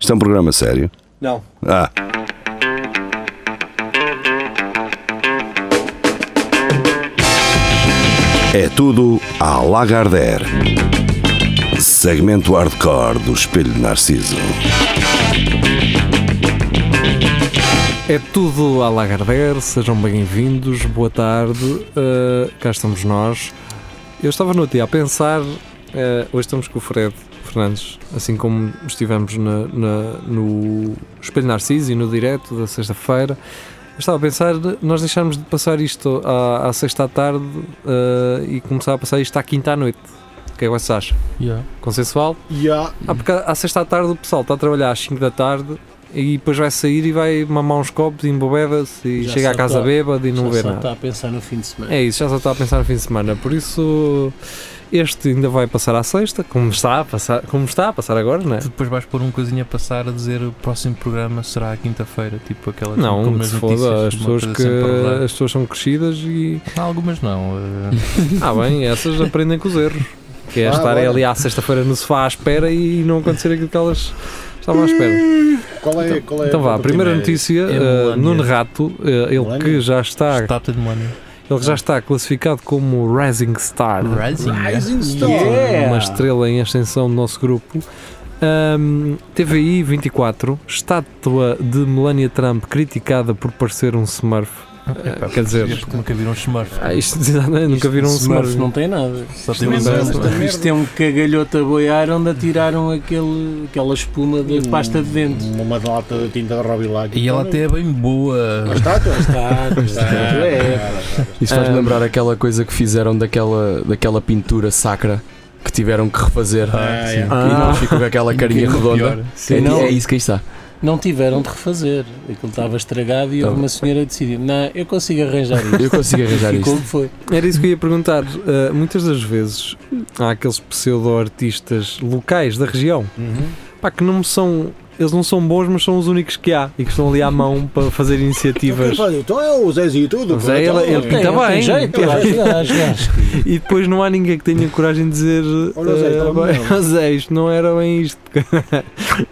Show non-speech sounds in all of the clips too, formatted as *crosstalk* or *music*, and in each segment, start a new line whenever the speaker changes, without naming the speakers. Isto é um programa sério.
Não.
Ah, é tudo à Lagardère. Segmento hardcore do Espelho de Narciso.
É tudo à Lagardère, sejam bem-vindos, boa tarde, uh, cá estamos nós. Eu estava no dia a pensar, uh, hoje estamos com o Fred Fernandes, assim como estivemos na- na- no Espelho Narciso e no direto da sexta-feira. Eu estava a pensar nós deixarmos de passar isto à, à sexta à tarde uh, e começar a passar isto à quinta à noite. O que é que vocês acham?
Yeah.
Consensual? Ah, porque à sexta à tarde o pessoal está a trabalhar às 5 da tarde e depois vai sair e vai mamar uns copos e embobeda-se e
Já
chega à
só
casa
tá-
bêbado e
Já
não vê
só
nada.
está a pensar no fim de semana.
É isso, já só está a pensar no fim de semana. Por isso, este ainda vai passar à sexta, como está a passar, como está a passar agora, não é?
Tu depois vais pôr um coisinha a passar a dizer o próximo programa será a quinta-feira, tipo aquela
Não,
como
que
nas
se
notícias, tipo,
foda, as
uma
pessoas,
coisa
que,
sempre a rodar.
as pessoas são crescidas e.
Não, algumas não. eh,
Ah, bem, essas aprendem com os erros. Que é
Ah,
estar
olha.
ali à sexta-feira no sofá à espera e não acontecer aquilo que elas estavam à espera.
Qual é, qual é
Então vá, a primeira notícia,
é
eh,
Melania.
Nuno Rato, eh, ele
Melania.
que já está,
Estátua de Melania.
ele que já está classificado como Rising né? Star,
Rising.
Rising Star.
Yeah.
é uma estrela em ascensão do nosso grupo. Ahm, TVI 24, estátua de Melania Trump criticada por parecer um Smurf. Eh, quer dizer,
Porque nunca viram Smurf.
ah, isto, *laughs* nunca viram um Smurf.
Smurf não tem nada.
Só
Isto,
tem um
é-
Smurf,
isto
não
é?
isto é um cagalhoto a boiar onde atiraram aquele, aquela espuma de pasta de dente.
um- Uma lata de tinta de Robbie Então, Lago.
E ela até é bem boa.
Uma estátua?
Está, está,
Ah,
é.
Isto faz-me
Ah.
lembrar aquela coisa que fizeram daquela, daquela pintura sacra que tiveram que refazer.
Ah, sim.
E
Ah.
não ficou
*laughs*
com aquela carinha
Ainda
redonda.
pior.
É,
não,
é isso que aí está.
não tiveram de refazer. Aquilo estava estragado e houve
Tá.
uma senhora que decidiu: Não, eu consigo arranjar isto.
Eu consigo *laughs* arranjar
E ficou
isto.
o que foi.
Era isso que eu ia perguntar. Eh, muitas das vezes há aqueles pseudo-artistas locais da região pá, que não são. Eles não são bons, mas são os únicos que há e que estão ali à mão *laughs* para fazer
*laughs*
iniciativas.
Então é o Zezinho e tudo.
Zé,
então,
ele- ele
é.
pinta
Tem-
bem.
Tem jeito,
Ele-
acho, acho, acho.
E depois não há ninguém que tenha coragem de dizer:
Olha, Zé, está
"Ah,
bem,
bem, *laughs* Zé, isto não era bem isto. *laughs*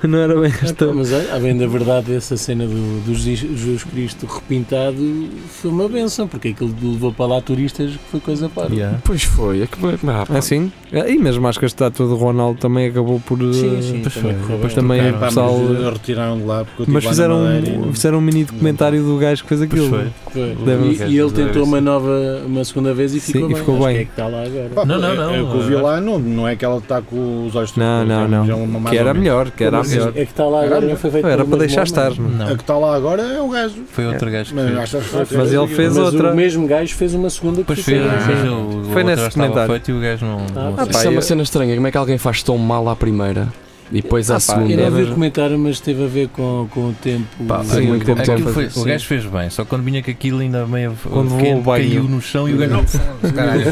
não era bem
Então,
esta.
mas a bem da verdade, essa cena do, do Jesus Jesus Cristo repintado foi uma benção, porque aquilo levou para lá turistas que foi coisa para.
Yeah.
Pois foi. É que, ah, pá.
Assim? E mesmo acho que a estátua do Ronaldo também acabou por. eh,
Pois foi.
correu
Depois
bem.
também
É,
o
pá, mas
pessoal.
eh, retiraram de lá porque eu
Mas
estive lá na
fizeram,
Madeira e-
fizeram um mini documentário do gajo que fez
Pois
aquilo.
foi.
Foi.
Devem-
E, e ele tentou uma nova, uma segunda vez e
Sim,
ficou
e
bem.
ficou
Acho
bem.
que é que está lá agora.
Pá,
Não, não,
é-
não,
É o que eu vi
agora-
lá, não, não é que ela está com os olhos
Não, não,
já-
não.
já uma mais
Que
ou
era
menos.
melhor, que era a
Mas
melhor.
É que está lá agora, não foi feito
Era
pelo
para
mesmo
deixar
homem.
estar. não? é?
A
Não,
que está lá agora é o gajo.
foi outro gajo que
Mas
fez.
achas que foi-
Mas ele fez
Mas
outra.
o mesmo gajo fez uma segunda que
Depois
foi
fez,
feita.
fez o,
Foi
o outro
nesse
já estava
comentário.
feito e o gajo não. não
Ah,
aceitou.
Isso é
eu-
uma cena estranha. Como é que alguém faz tão mal à primeira e depois à
Ah, pá,
segunda?
Eu não vi o comentário, mas teve a ver com, com o tempo.
Pá,
Sim,
aquilo-
muito pouco
aquilo
tempo.
foi-
Sim.
o gajo fez bem, só quando vinha que aquilo ainda meio
Quando voou
que-
o banho.
caiu no chão e o gajo. *laughs*
Caralho.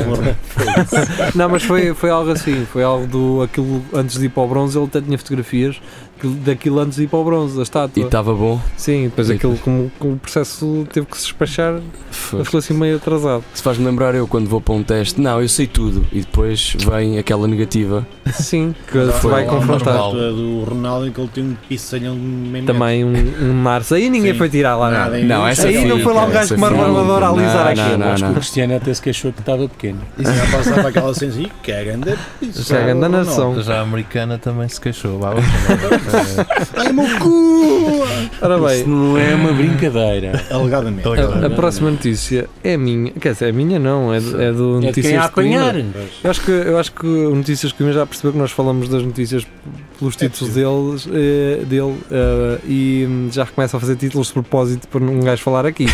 Não, mas foi, foi algo assim, foi algo do aquilo antes de ir para o bronze, ele até tinha fotografias que- daquilo antes de ir para o bronze, da
E tá.
estátua.
estava bom.
Sim, depois
E-
aquilo como, como o processo teve que se despachar,
Foi.
ele ficou assim meio atrasado.
Isso faz-me lembrar eu quando vou para um teste. Não, eu sei tudo. E depois vem aquela negativa.
Sim, que se
Foi
vai
lá,
confrontar.
normal.
A do Ronaldo em que ele tem um pissalhão de meio metro.
Também um, um Mars. Aí ninguém
Sim.
foi tirar lá
Nada,
nada.
hein?
Não, essa
Aí
foi,
não foi lá um
cara,
gajo
É, essa
com uma
foi-
rabadora a alisar
Não,
aquilo.
Não, não,
Acho que o
não.
Cristiano até se queixou que estava pequeno.
E se ia passar para aquela cena assim, que é grande pizza.
Que é grande
Ronaldo.
nação.
Já a americana também se queixou. Vá, vamos lá.
Ai, meu cu!
Ora
Isso
bem,
não é uma brincadeira.
Alegadamente.
a, a próxima notícia é minha. Quer dizer, é minha não, é, do- é do
É de
Notícias
quem a
de Coimbra.
apanhar.
Eu acho que, eu acho que o Notícias de Coimbra já percebeu que nós falamos das notícias pelos
É
títulos deles, eh, dele eh, e hum, já começa a fazer títulos de propósito para um gajo falar aqui.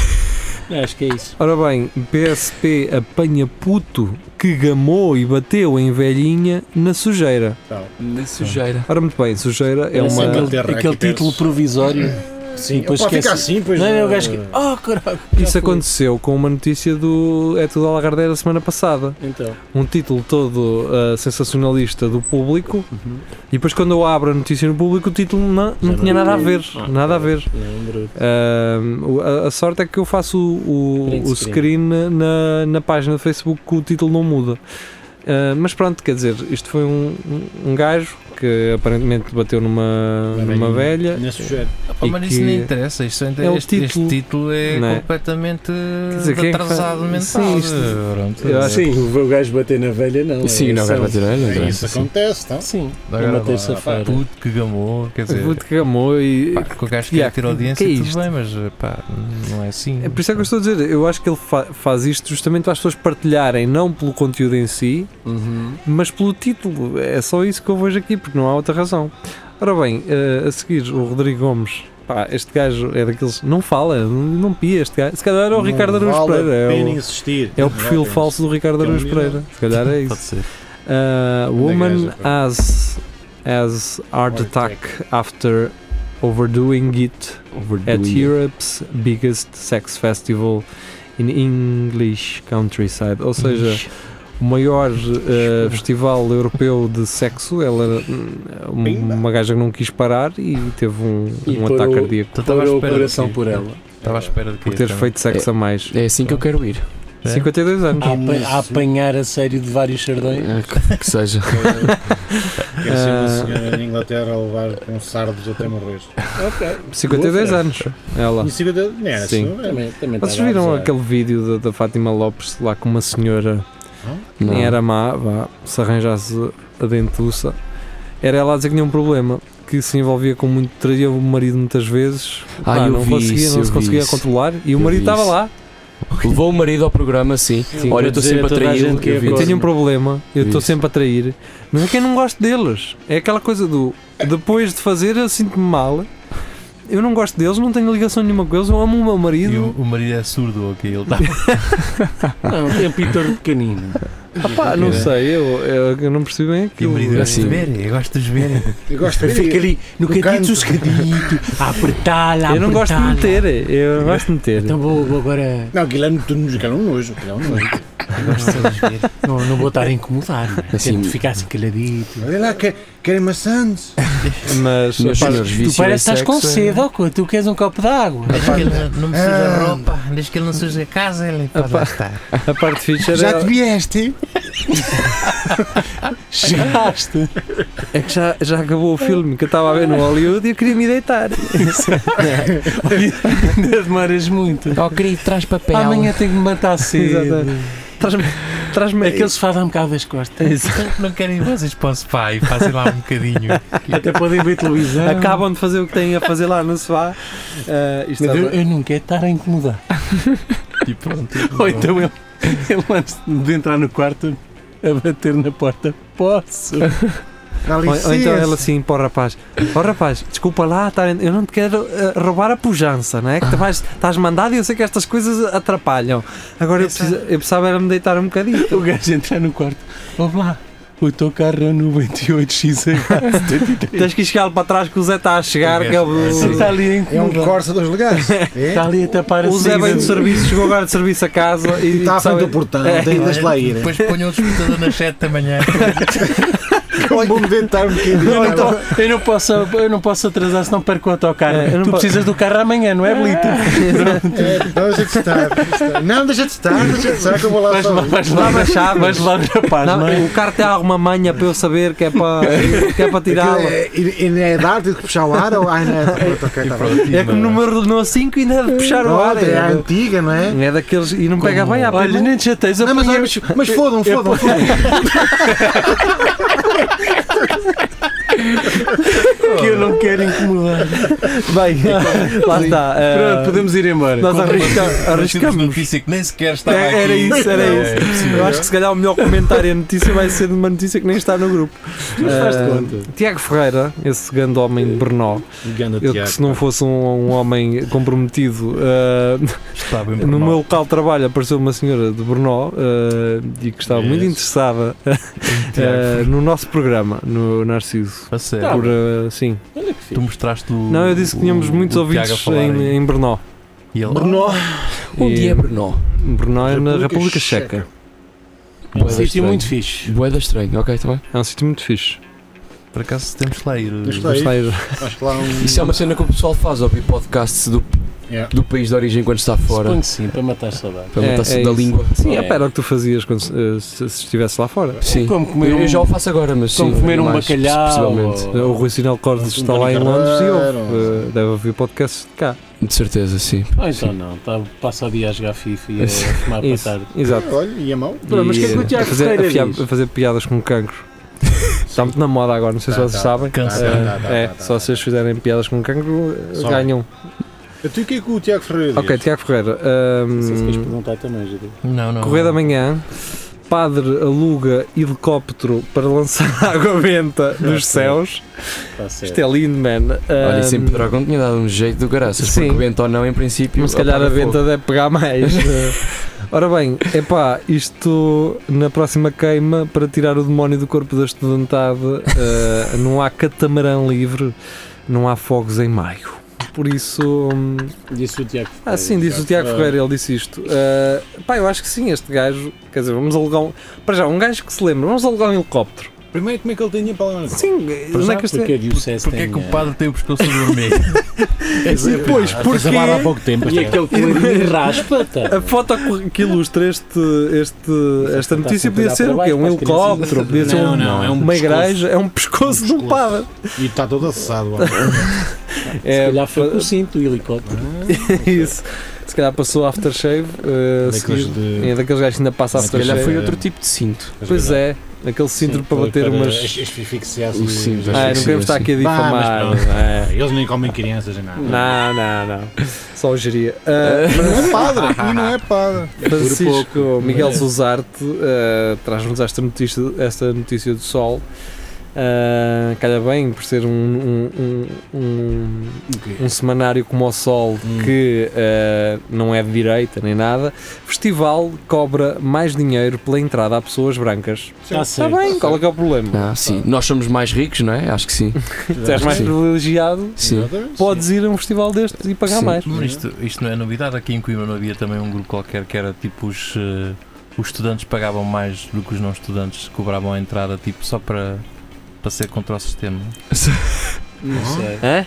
Acho que é isso.
Ora bem, PSP apanha puto que gamou e bateu em velhinha na sujeira.
Na sujeira.
Ora, muito bem, sujeira é
Parece
uma.
aquele-
aquele,
Terra
aquele
aqui
título
penso.
provisório.
Sim,
Depois
pá, fica
esquece.
assim, pois.
Não, é o
eh,
gajo que. Oh, caralho!
Isso
já foi.
aconteceu com uma notícia do É Tudo Alagardeira da semana passada.
Então,
um título todo ah, sensacionalista do público
Uhum.
e depois quando eu abro a notícia no público o título não, não
não Ah,
tinha nada a
tem.
ver nada a ver
lembro.
Ah, o- a, a sorte é que eu faço o, o,
Print
o screen na, na página do Facebook que o título não muda Ah, mas pronto, quer dizer, isto foi um, um gajo que aparentemente bateu numa,
Uma
numa velha.
Tinha sujeito.
Pá,
E
mas isso nem
que-
interessa. Isto, é-
É o
este, este
título,
título é
não é?
completamente
dizer, quem é que faz-
atrasado mental.
Sim, isto-
Pronto. é
Eu acho
Sim, o gajo bater na velha não.
Sim, não vai bater nada.
É
não
isso
interessa, sim.
acontece, tá?
Sim,
Agora
é uma
vá,
terça-feira.
Puto que gamou, quer dizer.
Puto que amou e.
Pá, que o gajo quer
Yeah,
ter audiência
que é
e tudo
isto?
bem, mas pá, não é assim.
É por isso é que eu estou a dizer, eu acho que ele fa- faz isto justamente para as pessoas partilharem, não pelo conteúdo em si,
Uhum.
mas pelo título. É só isso que eu vejo aqui, porque não há outra razão. Ora bem, eh, a seguir, o Rodrigo Gomes. Pá, este gajo é daqueles. Não fala, não, não pia este gajo. Se calhar é o
Não
Ricardo Araújo
vale
Pereira.
a
É
pena
o,
insistir.
é o
Não
perfil
vale a
falso do Ricardo
Tem um
Araújo
nível.
Pereira. Se calhar é
*laughs* Pode
isso.
ser.
Uh, woman
gaja, pá.
has, has heart
Heart
attack after overdoing it at Europe's biggest sex festival in English countryside. Ou seja, o maior eh, festival europeu de sexo. Ela era hum,
Pimba.
uma gaja que não quis parar e teve um,
E
um
parou.
ataque cardíaco
Então estava à
Parou o
espera de
coração
quê?
por ela.
Estava à espera de quê?
por ter
então?
feito sexo a mais.
É assim que eu quero ir.
É?
52 anos.
A, apa- a apanhar a sério de vários sardões.
É, que- Que seja.
pena. *laughs* Quer ser uma
Ah.
senhora na Inglaterra a levar com sardos até morrer.
Ok.
52
Boa,
anos. Ela.
E 50 não era
Sim.
assim, não é?
Também, também
Vocês
estava a
viram
gozar.
aquele vídeo da, da Fátima Lopes lá com uma senhora
Não.
nem era má, vá, se arranjasse a dentuça, era ela a dizer que tinha um problema, que se envolvia com muito, traía o marido muitas vezes,
Ah,
pá,
eu
não
vi
conseguia,
isso,
não
eu
se
vi
conseguia
isso.
controlar e o
Eu
marido
vi
estava
isso.
lá.
Levou o marido ao programa, sim. Olha, eu estou
Dizer
sempre
a toda a
atraído.
gente que é
Eu vi
Eu
Pois.
tenho um
isso.
problema, eu estou
Isso.
sempre a trair, mas é que eu não gosto deles. É aquela coisa do depois de fazer eu sinto-me mal, eu não gosto deles, não tenho ligação nenhuma com eles, eu amo o meu
E o,
marido.
o marido é surdo, ok?
*laughs*
Ele está
Não, tem um pintor pequenino.
Ah, pá, não sei, eu, eu, eu não percebo bem
E o
aquilo.
marido
é
gosta
assim.
de ver, eu gosto de ver.
Eu gosto de
Fica
ver.
ali no
No
cantinho
canto.
dos caditos, a apertá-la, a
Eu não gosto de
apertá-la.
meter, eu não gosto de meter.
Então vou, vou agora.
Não, aquilo é muito nojo, aquilo é um nojo. Aquilo é um nojo.
Não, não vou estar a incomodar. Né?
Assim-
Tento ficar assim caladito.
Olha lá, que- querem maçãs.
Mas
Meus
pá,
senhores,
Tu
vício em
parece que estás com
sexo é-
sede, ó, co, tu queres um copo de água.
*laughs* Desde que ele não precisa de
Ah.
roupa, desde que ele não seja a casa, ele
Ah,
pode
pá.
lá estar.
a parte fixe era.
Já te vieste?
Chegaste.
É que já, já acabou o filme que eu estava a ver no Hollywood e eu queria me deitar.
Ainda demoras muito.
Oh, querido, traz papel.
Amanhã tenho que me matar cedo.
Exatamente. Traz-me. Traz-me.
Aquele se faz um bocado das costas.
Exato.
Não querem vocês para o spa e fazem lá um bocadinho.
Até podem ver televisão.
Acabam de fazer o que têm a fazer lá no sofá. Ah, isto
Mas eu,
estava-
eu não quero estar a *laughs* incomodar.
E pronto.
Ou então ele, ele antes de entrar no quarto a bater na porta. Posso?
Dá
Ou, ou então
licença.
ela assim para o rapaz: Ó rapaz, desculpa lá, tá, eu não te quero ah, roubar a pujança, não é? Que tu vais- estás mandado e eu sei que estas coisas atrapalham. Agora eu,
Essa-
precisa- eu precisava era me deitar um bocadinho.
*laughs* O gajo entrar no quarto. Ouve lá. O teu carro é um é *laughs* 98X73.
Tens que chegar para trás que o Zé está a chegar. Que é o,
Está tá ali a
É um
incomodar.
Corsa dos
*laughs*
legais. É?
Está ali a tapar assim, né? a
o Zé veio
saída.
do serviço, chegou agora de serviço a casa e
E está à frente
sabe-
do portão.
É.
Tem- Deixa lá ir.
Depois ponham o despertador nas 7 da manhã.
Vou-me deitar um bocadinho.
Eu não,
Então,
tô- eu não posso, eu não posso atrasar senão perco o autocarro.
É, eu não
tu
po-
precisas do carro amanhã, não é, Belita?
É, não, deixa de estar. deixa de estar. Não, deixa de estar. Deixa de estar que eu vou lá
Vais lá,
só.
vais lá,
Lava chaves.
vais lá, rapaz, não,
Não,
é?
O carro tem alguma manha para eu saber que é para, que é para tirá-la.
Aquilo é- E e não é dar, tive que puxar o ar ou. Ai, não é. Pronto, ok, está bem.
É como no meu Renault 5 ainda é de puxar o ar.
Pronto, É a
É,
antiga, não é?
é daqueles. E não pega bem à
Olha,
prima.
nem te chateias, eu
Não, mas,
punha-
olha, mas, mas fodam, fodam, fodam.
que eu não quero incomodar.
Bem, lá está. eh,
Pronto, podemos ir embora.
Nós arrisca-
Arriscamos
arriscamos.
notícia que nem sequer estava
É, Era
aqui.
isso, era
Não,
isso.
é possível.
Eu acho que se calhar o melhor comentário a notícia vai ser de uma notícia que nem está no grupo.
Mas faz de
É.
Eh,
conta.
Tiago Ferreira, esse grande homem de Brno,
Ganda
eu que se não fosse um, um homem comprometido, eh,
Está bem
No
por
meu
mal.
local de trabalho apareceu uma senhora de Brno eh, e que estava muito
Yes.
interessada eh,
Tiago,
no nosso programa, no Narciso.
a
Por,
sério.
eh, sim.
Olha que fixe.
Tu mostraste o.
Não, eu disse que tínhamos
o-
muitos
o
ouvintes
Tiago a falar
em,
aí.
em Brno.
E ele-
Brno.
Onde
E
é Brno?
Brno é na
República
República
Checa.
Checa.
É um
Boeda
sítio
estranho.
muito fixe.
Boeda estranho, ok, está bem.
É um sítio muito fixe.
Por acaso temos que lá ir.
Temos que lá
Vamos lá ir.
Acho que lá um.
Isso é uma cena que o pessoal faz, ouvir podcasts do,
Yeah.
do país de origem quando está fora.
Suponho que sim, para matar saudades.
Para
É,
matar-se
é
da
isso.
língua.
Sim,
É.
é, pá, era o que tu fazias quando, eh, se, se estivesse lá fora.
Sim.
Como comer
Eu,
um,
eu já o faço agora, mas sim.
como comer um
mais,
bacalhau.
possivelmente.
ou-
O Rui Sinal Cortes
Assim,
está lá em
Carneiro.
Londres e ouve. eh, Deve ouvir podcast de cá.
De certeza, sim.
Ah, então não, tá, passa o dia a jogar FIFA e a
Isso.
fumar
Isso,
patada.
exato.
Olha, e a mão?
Pronto, mas o que é que o
E, eh,
Tiago
a fazer,
Ferreira
a fia-
diz?
a fazer piadas com cancro. Está muito na moda agora, não sei se
Tá,
vocês
tá.
sabem.
Cancro.
Eh,
Tá, tá,
é,
tá, tá,
só
tá.
se vocês fizerem piadas com cancro, eh,
Só.
ganham.
Então, e o que é que o Tiago Ferreira diz?
Ok, Tiago Ferreira.
Não sei se
Hum.
queres
Um,
perguntar também, Júlio.
Não, não.
Correio da
Ah.
não.
Manhã. Padre aluga helicóptero para lançar *laughs* água benta
Ok.
dos céus.
Está certo.
Isto é lindo, man.
Olha,
Um,
isso em Pedrógão tinha dado um jeito do graças,
Sim.
porque o vento ou não, em princípio.
Mas se calhar a
apaga
venta deve pegar
*laughs*
mais. Ora bem, epá, isto na próxima queima para tirar o demónio do corpo da estudantada eh, não há catamarã livre, não há fogos em maio. Por isso, hum,
é-
Disse o Tiago Ferreira.
ah, sim, disse o Tiago Ferreira, ele disse isto. Eh, pá, eu acho que sim, este gajo, quer dizer, vamos alugar um. Para já, um gajo que se lembra, vamos alugar um helicóptero.
Primeiro, como é que ele tinha para lá?
Sim, onde é que este
Porque a Diocese
Porquê é
tem,
que
eh,
o padre tem o pescoço vermelho?
E
Ah,
depois,
Fez a barba há
porquê?
pouco tempo.
é
E
um-
aquele colarinho *laughs* raspa, tá?
A foto que ilustra este, este, esta notícia
fantástico,
podia
dá
ser
para
o quê? Um
baixo, para as crianças.
helicóptero, podia ser
Não,
um-
não, é um
uma
pescoço.
igreja, é um pescoço de um
pescoço.
padre.
E está todo acessado.
Se
É,
calhar foi
pa-
com o cinto, o helicóptero.
isso. Se calhar passou aftershave. Uh,
Daqueles
seguido-
de-
é, daqueles gajos que ainda passa
Se calhar
aftershave.
foi outro tipo de cinto.
Pois é, aquele cinto para bater umas.
O cinto, acho
Ah,
que
não
sim,
queremos
acho
estar
que
aqui a difamar.
Ah, mas pronto.
não é?
Eles nem comem crianças nem nada.
Não, não, não. Só o geria.
Eh,
Mas não é padre. E não é padre.
Francisco Miguel Zuzarte eh, traz-nos esta notícia, esta notícia do Sol. Eh, calha bem por ser um, um, um, um- um semanário como o Sol que eh, não é de direita nem nada. Festival cobra mais dinheiro pela entrada a pessoas brancas.
Tá
Está
Está
certo.
bem, qual é que é o problema?
Ah, sim. Nós somos mais ricos, não é? Acho que sim.
Se és mais
Sim.
privilegiado,
Sim.
Exatamente.
podes ir a um festival destes e pagar
Sim.
mais.
Mas isto, isto não é novidade. Aqui em Coimbra não havia também um grupo qualquer que era tipo os, eh, os estudantes pagavam mais do que os não estudantes cobravam a entrada, tipo só para, para ser contra o sistema.
Não sei.
Hã?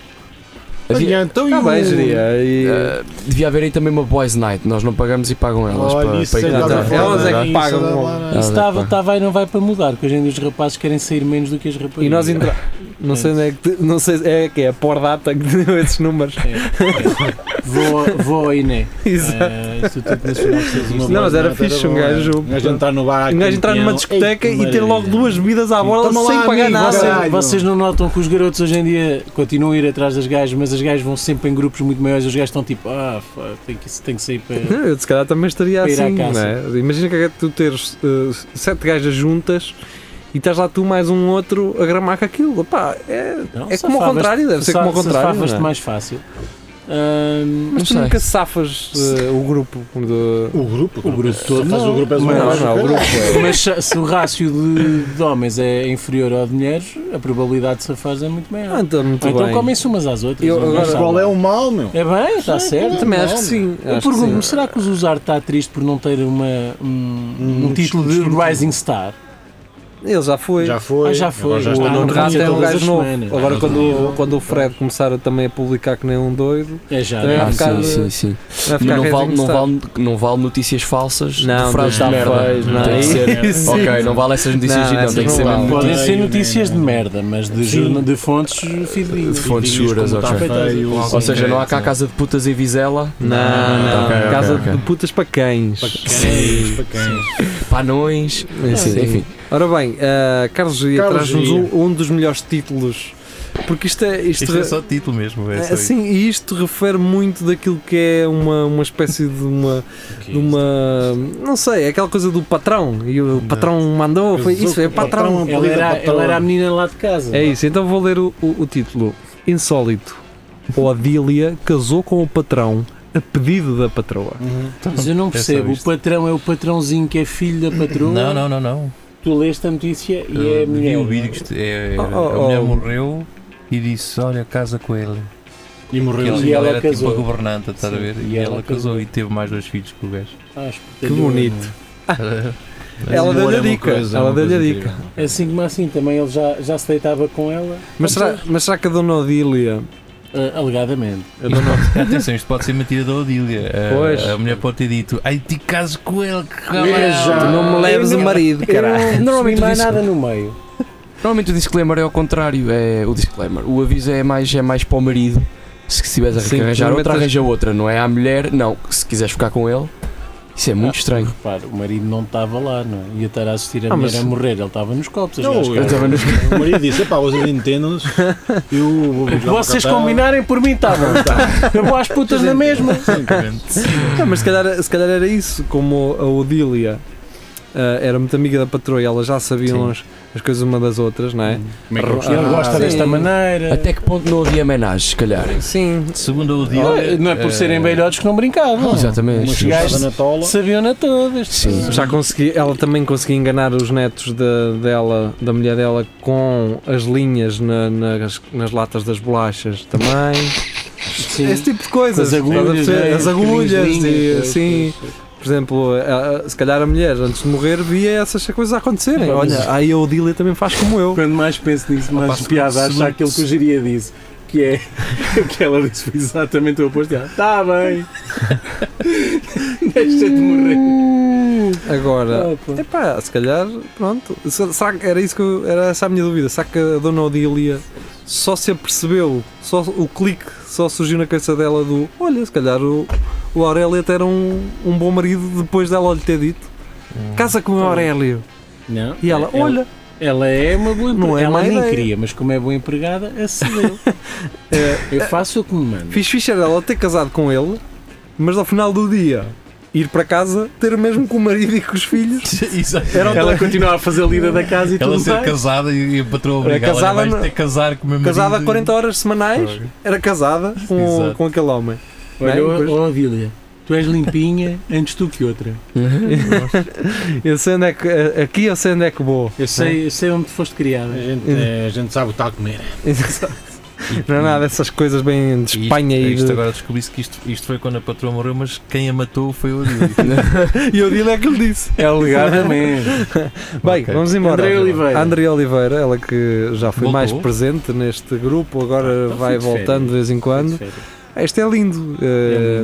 E então e
Está Tá bem,
o...
geria. E...
Eh, devia haver aí também uma boys night. Nós não pagamos e pagam elas.
Olha,
para,
isso
para ir
é
Não,
dá
cantar.
não,
para
elas é
falar,
que
isso
pagam.
dá para-
Ah,
Isso
dá
estava,
para-
estava e não tá, vai para mudar, porque hoje em dia os rapazes querem sair menos do que as raparigas.
E nós entra... Não sei onde é que. Não sei. É que é a por data que deu esses números.
Vou, vou ao INE.
Exato.
Eh, Instituto Nacional de Ciências
Não, mas
Humanas.
era
Não, era
fixe um
bom,
gajo.
Um gajo entrar no bar.
Um gajo entrar numa
campeão.
discoteca
Ei, que
e ter logo
maravilha.
duas bebidas à bola
Toma
sem
lá,
pagar
amigo,
nada.
vai lá.
Vocês,
Caralho.
vocês não notam que os garotos hoje em dia continuam a ir atrás das gajas, mas as gajas vão sempre em grupos muito maiores. Os gajos estão tipo, ah, fuck, tem que, tem que sair para.
Não, eu se calhar também estaria
Para ir à
assim, não
caça.
é? Imagina que é que tu teres eh, sete gajas juntas e estás lá tu mais um outro a gramar com aquilo. Opá, é,
Não,
é como ao
safavas-te-
contrário, deve ser como ao
sa-
contrário.
safavas-te
não é?
mais fácil. Ahm,
Mas tu
Não sei.
nunca safas eh, o grupo de.
O grupo?
O grupo todo,
Faz o
não.
grupo és um
Mas-
gajo,
não, o grupo
caralho.
mas se se o rácio de, de homens é inferior ao de mulheres, a probabilidade de safares é muito
Ah,
maior.
então, muito
Ou então
bem.
comem-se umas às outras.
Eu-
não
agora-
sabe.
Qual é o mal, meu?
É bem, está certo. é?
Também acho que
Não,
sim.
Eu
acho que sim.
pergunto-me, será que o Zuzar está triste por não ter uma, um, um
Um
título de Rising Star?
Ele já foi.
Já foi.
Ah, já foi.
agora Já
O
Ah,
está
não
Nuno
no
Rato
conhecia
é um
todas
gajo
as
novo.
semanas.
Agora,
Ah,
quando, quando o Fred começar a, também a publicar que nem um doido,
É já,
É.
não
Ah,
é?
ficar-
sim, sim, sim.
vai ficar
Mas não vale, não,
retinho,
vale, não vale notícias falsas
Não,
de frases de
não,
merda.
pois, não.
Tem que ser. né?
*laughs* Isso.
ok, não vale essas notícias
Não,
não, não,
essas
tem que
não
ser
valem.
mesmo.
Podem
Ai,
ser
não,
notícias de
não.
merda, mas de, jorna- de fontes fidedignas.
De fontes seguras,
como
ok.
está feito.
Feio,
Ou seja, não há cá casa de putas em Vizela.
Não, não.
Ok, ok,
Casa
ok.
de putas para cães.
é Paquéis, paquéis.
Panões.
Sim.
Enfim.
assim. Ora bem, ah, Carlos Gia
Carlos
traz-nos
Gia.
um, um dos melhores títulos. Porque isto é. Isto
Isto é só título mesmo. É só
é, sim, e isto refere muito daquilo que é uma, uma espécie de uma, de uma. Não sei, é aquela coisa do patrão. E o patrão mandou. Foi isso, é patrão.
Ela era, ela era a menina lá de casa.
É isso, então vou ler o, o- o título. Insólito. Odília casou com o patrão a pedido da patroa.
Mas eu não
É só
percebo. o
isto.
patrão é o patrãozinho que é filho da patroa.
Não, não, não, não.
Tu leste a notícia e é a
Eu vi
mulher.
o vídeo que isto é,
Oh, oh,
a mulher
oh.
morreu e disse: Olha, casa com ele.
E
Porque
morreu.
ele,
E
ele
ela
era
casou.
tipo a governanta, estás a
Sim,
ver?
e
E,
ela
ela,
casou.
casou. e teve mais dois filhos com o gajo. Eh,
Ah, espetacular.
Que bonito. Ela
Humor
deu-lhe a
é uma
dica.
coisa-
Ela
uma
deu-lhe a
coisa
dica.
incrível.
É Assim como assim, também ele já, já se deitava com ela.
Mas será, mas será que a dona Odília
ah, alegadamente.
*laughs* Atenção, isto pode ser mentira da Odília. A-
Pois.
A, mulher pode ter dito: Ai, te caso com ele, que
Veja.
cabrão."
não me leves o marido, caralho.
Eu não
Normalmente
percebi mais
disse-
nada no meio.
Normalmente o disclaimer é ao contrário, é o disclaimer. O aviso é mais, é mais para o marido. Se estiveres a
Sim,
arranjar outra,
normalmente as-
arranja outra, não é à mulher, não. Se quiseres ficar com ele, isso é muito
Ah,
estranho.
Repara, o marido não estava lá, não é? Ia estar a assistir a
Ah,
mulher
mas-
a morrer, ele estava nos copos. as
Não,
gajas
eu-
Eu
ficaram-
estava nos-
O marido disse: Epá, vocês
*laughs*
entendam-nos. Eu vou
O que vocês combinarem por mim, está bom. tá. Eu vou às putas na mesma.
Não, mas se calhar, se calhar era isso, como a Odília ah, era muito amiga da patroa e elas já sabiam as, as coisas uma das outras, não é?
Como é que eu
Ele
gostava?
gosta
sim.
desta maneira.
Até que ponto não havia homenagem, se calhar?
Sim.
Segundo a
Não,
Odília.
não é por
eh, *laughs*
serem velhotes que não brincavam.
Uma
Exatamente.
chegaste-
chegada na tola.
Sabiam-na todas.
Sim.
Já consegui, ela também conseguia enganar os netos da, dela, da mulher dela com as linhas na- nas, nas latas das bolachas também.
*laughs* Sim.
Esse tipo de coisas.
As agulhas,
estás a perceber?
né?
As agulhas
Aquelas
e
linhas, né?
assim. Por exemplo, a- a- se calhar a mulher antes de morrer via essas coisas a acontecerem.
Vamos.
Olha, aí a Odília também faz como eu.
Quando mais penso nisso, mais
se-
piada
se-
acho aquilo que o Jiria disse. Que é *laughs* o que ela disse foi exatamente o oposto. Está bem. *laughs* Deixa-te morrer.
Agora,
Ah, pá.
Epá, se calhar, pronto. Se- Será que era isso que eu- era essa a minha dúvida? Será que a Dona Odília só se apercebeu, só o clique só surgiu na cabeça dela do olha, se calhar o, o Aurélio até era um, um bom marido depois dela lhe ter dito
Hum.
casa com o Aurélio.
Não.
E ela,
Ela-
olha,
Ela é uma boa empregada.
Não é
ela
má
nem
ideia.
queria, mas como é boa empregada, acedeu. eu faço o que me mando.
fiz fixe era ela ter casado com ele, mas ao final do dia ir para casa, ter mesmo com o marido e com os filhos.
Exato.
Era o
Ela continua a fazer a lida da casa e
Ela
tudo
ser
mais.
casada e, e a
Era
patroa obrigada. Olha,
É casada
vais
no-
ter que casar com o meu marido.
Casada a 40 horas semanais, era casada com,
Exato.
com aquele homem.
Olha,
Bem,
ó
pois.
ó, Odília, tu és limpinha antes tu que outra.
*laughs* Eu sei onde é que, aqui eu sei onde é que
*laughs*
vou.
Eu sei, eu sei onde tu foste criada.
A gente, é, a gente sabe o que está a comer.
Não é nada dessas coisas bem de
E
Espanha
isto,
e
isto
de-
agora descobri-se que isto, isto foi quando a patroa morreu, mas quem a matou foi
*laughs*
a Odília.
*laughs* E eu digo é que ele disse.
É alegadamente.
Bem,
Ok.
vamos embora.
André Oliveira.
André Oliveira, ela que já foi
Voltou.
mais presente neste grupo, agora
então
vai
fui de férias. É
voltando de vez em quando. Este é lindo. eh,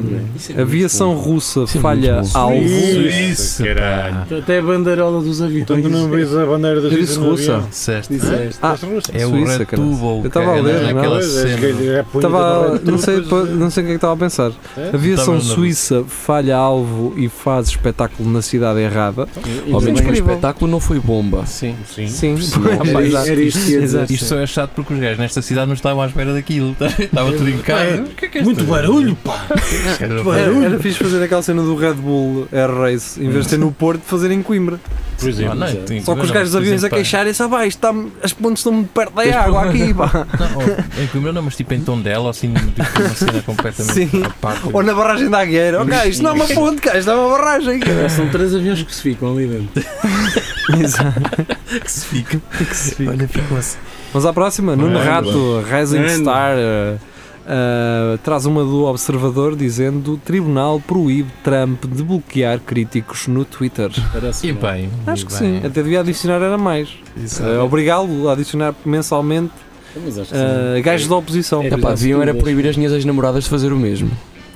aviação russa
Isso é
falha
muito bom.
alvo.
Suíça, caralho.
Até a banderola dos aviões.
Então tu não vês a bandeira da
Eu disse
Suíça no
russa.
avião?
Disseste.
*laughs* Disseste.
Ah,
Disse russa.
É o
Suíça, caralho.
Ratuba, o
Eu tava a
cara-
ler, não é?
naquela
Pois, acho que
cena.
é punho da
Estava,
bandeira,
não, sei,
depois-
pá- não sei o que é que estava a pensar.
É?
Aviação
Estava na-
suíça falha alvo e faz espetáculo na cidade errada.
Então,
Ao menos para o
Incrível.
espetáculo não foi bomba.
Sim.
Sim.
Sim,
Sim,
pois,
Era,
exato.
isto- era isto que ia dizer.
Exato.
Isto só é chato porque os gajos nesta cidade não estavam à espera daquilo. *laughs* Estava tudo em casa. O que é que é
Muito
isto?
barulho, pá!
Era-
Era, era fixe fazer aquela cena do Red Bull Air Race, em vez de ter no Porto, fazer em Coimbra.
Por
Ah,
exemplo,
não, tem
Só que os gajos dos
não, por
aviões a
exemplo,
queixarem-se, ah, pá, isto está, as pontes estão muito perto da água aqui, pá.
Não, é em Coimbra não, mas tipo em Tondela, assim, tipo,
*laughs*
uma cena completamente
Sim.
à parte.
Ou na barragem da Agueira, ok, isto não é uma ponte, cá, isto é uma barragem.
São três aviões que se ficam ali dentro.
que se fica. Olha, ficou assim.
Mas à próxima, Nuno Rato, Rising
Nuno.
Star, eh, eh, traz uma do Observador dizendo: Tribunal proíbe Trump de bloquear críticos no Twitter.
Parece
E
mal.
bem.
Acho
e
que
bem.
sim, até devia adicionar, era mais.
Isso.
Eh, Obrigá-lo a adicionar mensalmente
Mas acho que
eh, gajos da oposição.
É
É pá,
verdade.
deviam era proibir as minhas ex-namoradas de fazer o mesmo.